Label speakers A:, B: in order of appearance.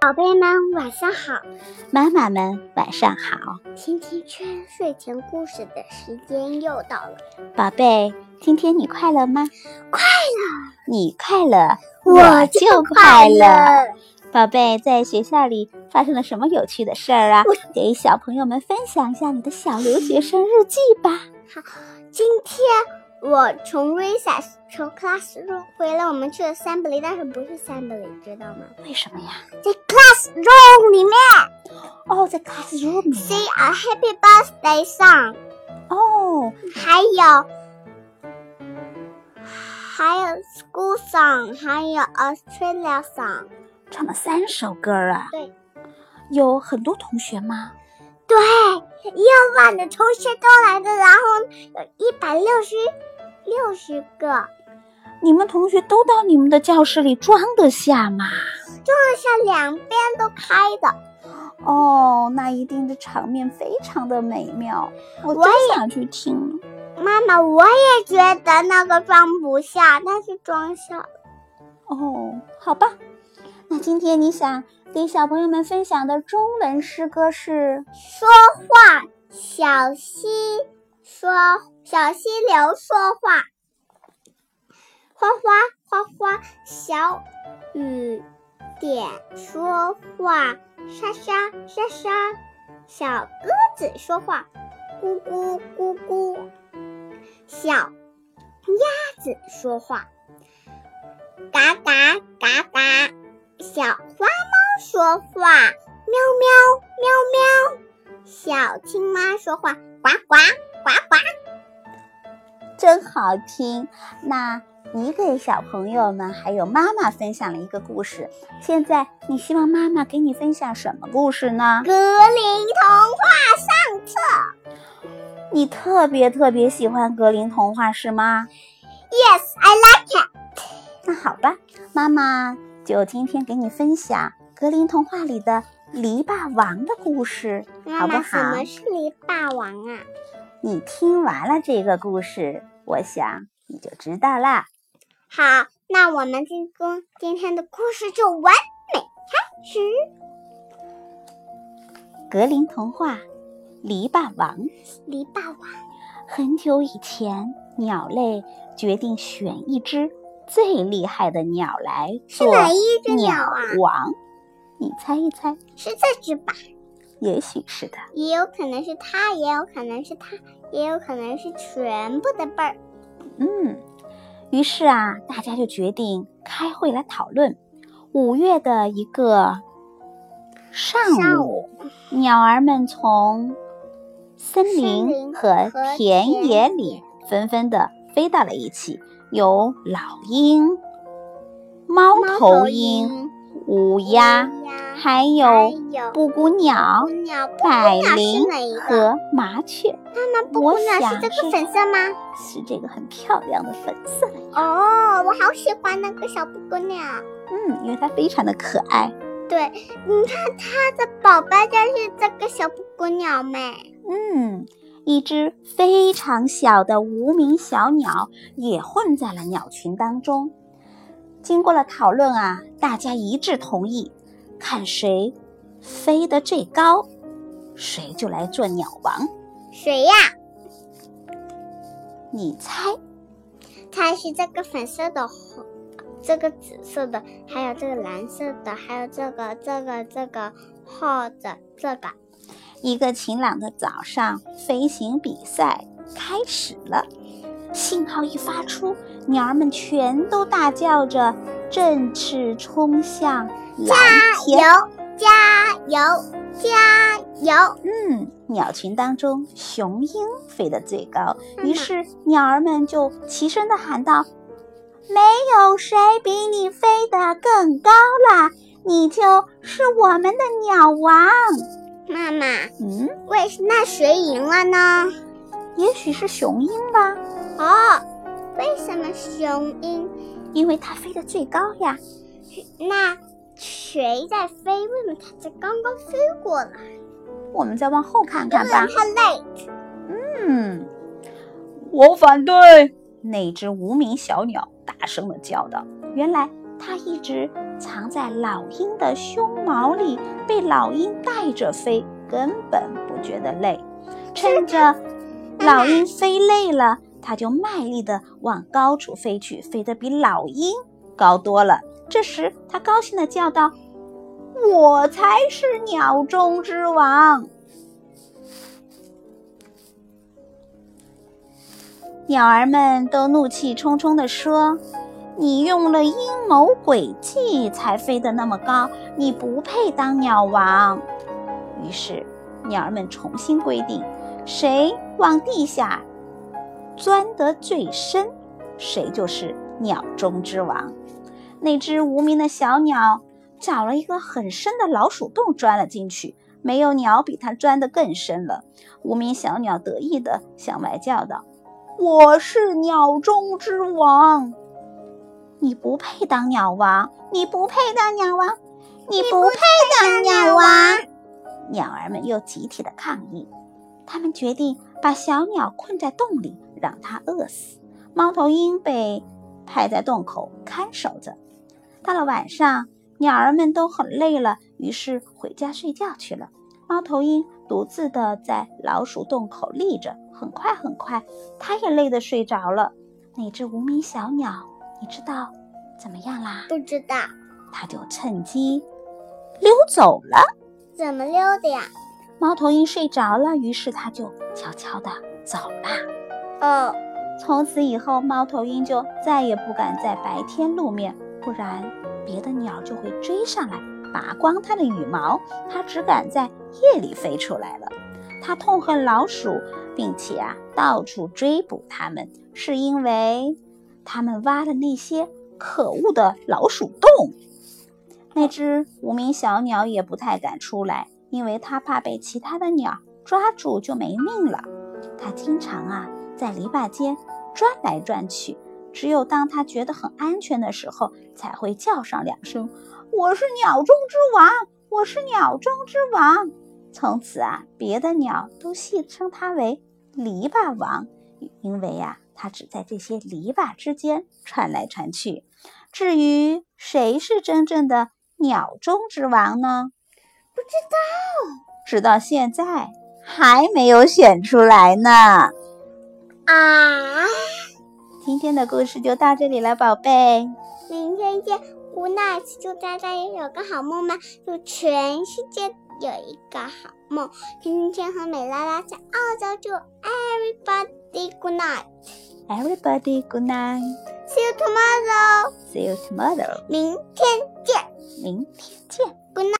A: 宝贝们晚上好，
B: 妈妈们晚上好，
A: 甜甜圈睡前故事的时间又到了，
B: 宝贝，今天你快乐吗？
A: 快
B: 乐，你快乐，
A: 就
B: 就快乐。。宝贝，在学校里发生了什么有趣的事儿啊？给小朋友们分享一下你的小留学生日记吧。
A: 今天我从 recess 从 classroom 回来，我们去了 assembly，但是不是 assembly，知道吗？
B: 为什么呀？
A: 在 classroom 里面
B: 哦，在 classroom 里
A: sing a happy birthday song，
B: 哦，
A: 还有还有 school song，还有 Australia song。
B: 唱了三首歌啊。
A: 对，
B: 有很多同学吗？
A: 对，一万的同学都来了，然后有一百六十六十个，
B: 你们同学都到你们的教室里装得下吗？
A: 剩下两边都开的。
B: 哦，那一定的场面非常的美妙，我
A: 我
B: 真想去听。
A: 妈妈，我也觉得那个装不下，但是装下了。
B: 哦，好吧，那今天你想给小朋友们分享的中文诗歌是？
A: 说话，小溪说，小溪流说话，哗哗哗哗，小雨点说话，沙沙沙沙，小鸽子说话，咕咕咕咕，小鸭子说话，嘎嘎嘎嘎，小花猫说话，喵喵喵喵。小青蛙说话，呱呱呱呱。
B: 真好听。那你给小朋友们还有妈妈分享了一个故事，现在你希望妈妈给你分享什么故事呢？
A: 格林童话上册
B: 你特别特别喜欢格林童话是吗？
A: ，Yes, I like it。
B: 那好吧，妈妈就今天给你分享格林童话里的篱笆王的故事，
A: 妈
B: 好不
A: 妈，
B: 好？
A: 什么是篱笆王啊？
B: 你听完了这个故事，我想你就知道啦。
A: 好，那我们今天今天的故事就完美开始。
B: 格林童话，篱笆王。
A: 篱笆王，
B: 很久以前，鸟类决定选一只最厉害的鸟来
A: 是
B: 做
A: 哪一只鸟
B: 鸟
A: 啊？
B: 王。你猜一猜，
A: 是这只吧？
B: 也许是的。
A: 也有可能是它，也有可能是它，也有可能是全部的辈儿。
B: 嗯，于是啊，大家就决定开会来讨论。五月的一个上午，
A: 上午
B: 鸟儿们从森
A: 森
B: 林
A: 林
B: 和
A: 和
B: 田
A: 田
B: 野
A: 野
B: 里纷纷的飞到了一起，有老鹰、猫头鹰、乌鸦，还有
A: 有
B: 布谷鸟
A: 布、鸟，布谷
B: 百
A: 鸟
B: 灵
A: 是哪一个？
B: 和麻雀。
A: 那布
B: 我
A: 谷鸟是
B: 想
A: 这
B: 是
A: 个粉色吗？
B: 是这个很漂亮的粉色的
A: 哦，我好喜欢那个小布谷鸟。
B: 嗯，因为它非常的可爱。
A: 对，你看它的宝宝就是这个小布谷鸟妹。
B: 嗯，一只非常小的无名小鸟也混在了鸟群当中。经过了讨论啊，大家一致同意，看谁飞得最高，谁就来做鸟王。
A: 谁呀、
B: 你猜？
A: 它是这个粉色的红，这个紫色的，还有这个蓝色的，还有这个这个这个或者这个。
B: 一个晴朗的早上，飞行比赛开始了。信号一发出，鸟儿们全都大叫着，振翅冲向蓝天。
A: 油加油加油！
B: 嗯，鸟群当中，雄鹰飞得最高，
A: 妈妈
B: 于是鸟儿们就齐声地喊道：“没有谁比你飞得更高啦，你就是我们的鸟王。
A: 妈妈，”
B: 嗯，
A: 为那谁赢了呢？
B: 也许是雄鹰吧，
A: 哦，为什么雄鹰？
B: 因为它飞得最高呀。
A: 那谁在飞？为什么它才刚刚飞过来？
B: 我们再往后看
A: 因
B: 看
A: 为
B: 吧。
A: 它累。
B: 嗯，我反对！那只无名小鸟大声的叫道。原来它一直藏在老鹰的胸毛里，被老鹰带着飞，根本不觉得累。趁着老鹰飞累了，它就卖力地往高处飞去，飞得比老鹰高多了。这时，它高兴地叫道：“我才是鸟中之王！”鸟儿们都怒气冲冲地说：“你用了阴谋诡计才飞得那么高，你不配当鸟王。”于是，鸟儿们重新规定：谁往地下钻得最深，谁就是鸟中之王。那只无名的小鸟找了一个很深的老鼠洞钻了进去，没有鸟比它钻得更深了。无名小鸟得意地向外叫道。我是鸟中之王，你不配当鸟王，你不配当鸟王，你不配当鸟王！鸟儿们又集体的抗议，他们决定把小鸟困在洞里，让它饿死。猫头鹰被派在洞口看守着。到了晚上，鸟儿们都很累了，于是回家睡觉去了。猫头鹰独自的在老鼠洞口立着，很快很快，它也累得睡着了。那只无名小鸟，你知道怎么样啦？
A: 不知道
B: 它就趁机溜走了。
A: 怎么溜的呀？
B: 猫头鹰睡着了，于是它就悄悄的走了。
A: 哦，
B: 从此以后，猫头鹰就再也不敢在白天露面，不然别的鸟就会追上来拔光它的羽毛。它只敢在夜里飞出来了。它痛恨老鼠，并且啊到处追捕它们，是因为它们挖的那些可恶的老鼠洞。那只无名小鸟也不太敢出来，因为它怕被其他的鸟抓住就没命了。它经常啊在篱笆间转来转去，只有当它觉得很安全的时候，才会叫上两声：“我是鸟中之王，我是鸟中之王。”从此啊，别的鸟都戏称它为“篱笆王”，因为呀、啊，它只在这些篱笆之间窜来窜去。至于谁是真正的鸟中之王呢？
A: 不知道。
B: 直到现在还没有选出来呢。
A: 啊，
B: 今天的故事就到这里了，宝贝。
A: 明天见。无奈祝大家也有个好梦吧，祝全世界有一个好梦。今天和美拉拉在澳洲，祝 everybody good night。
B: Everybody, good night.
A: See you tomorrow，
B: See you tomorrow.
A: 明天见。
B: 明天见。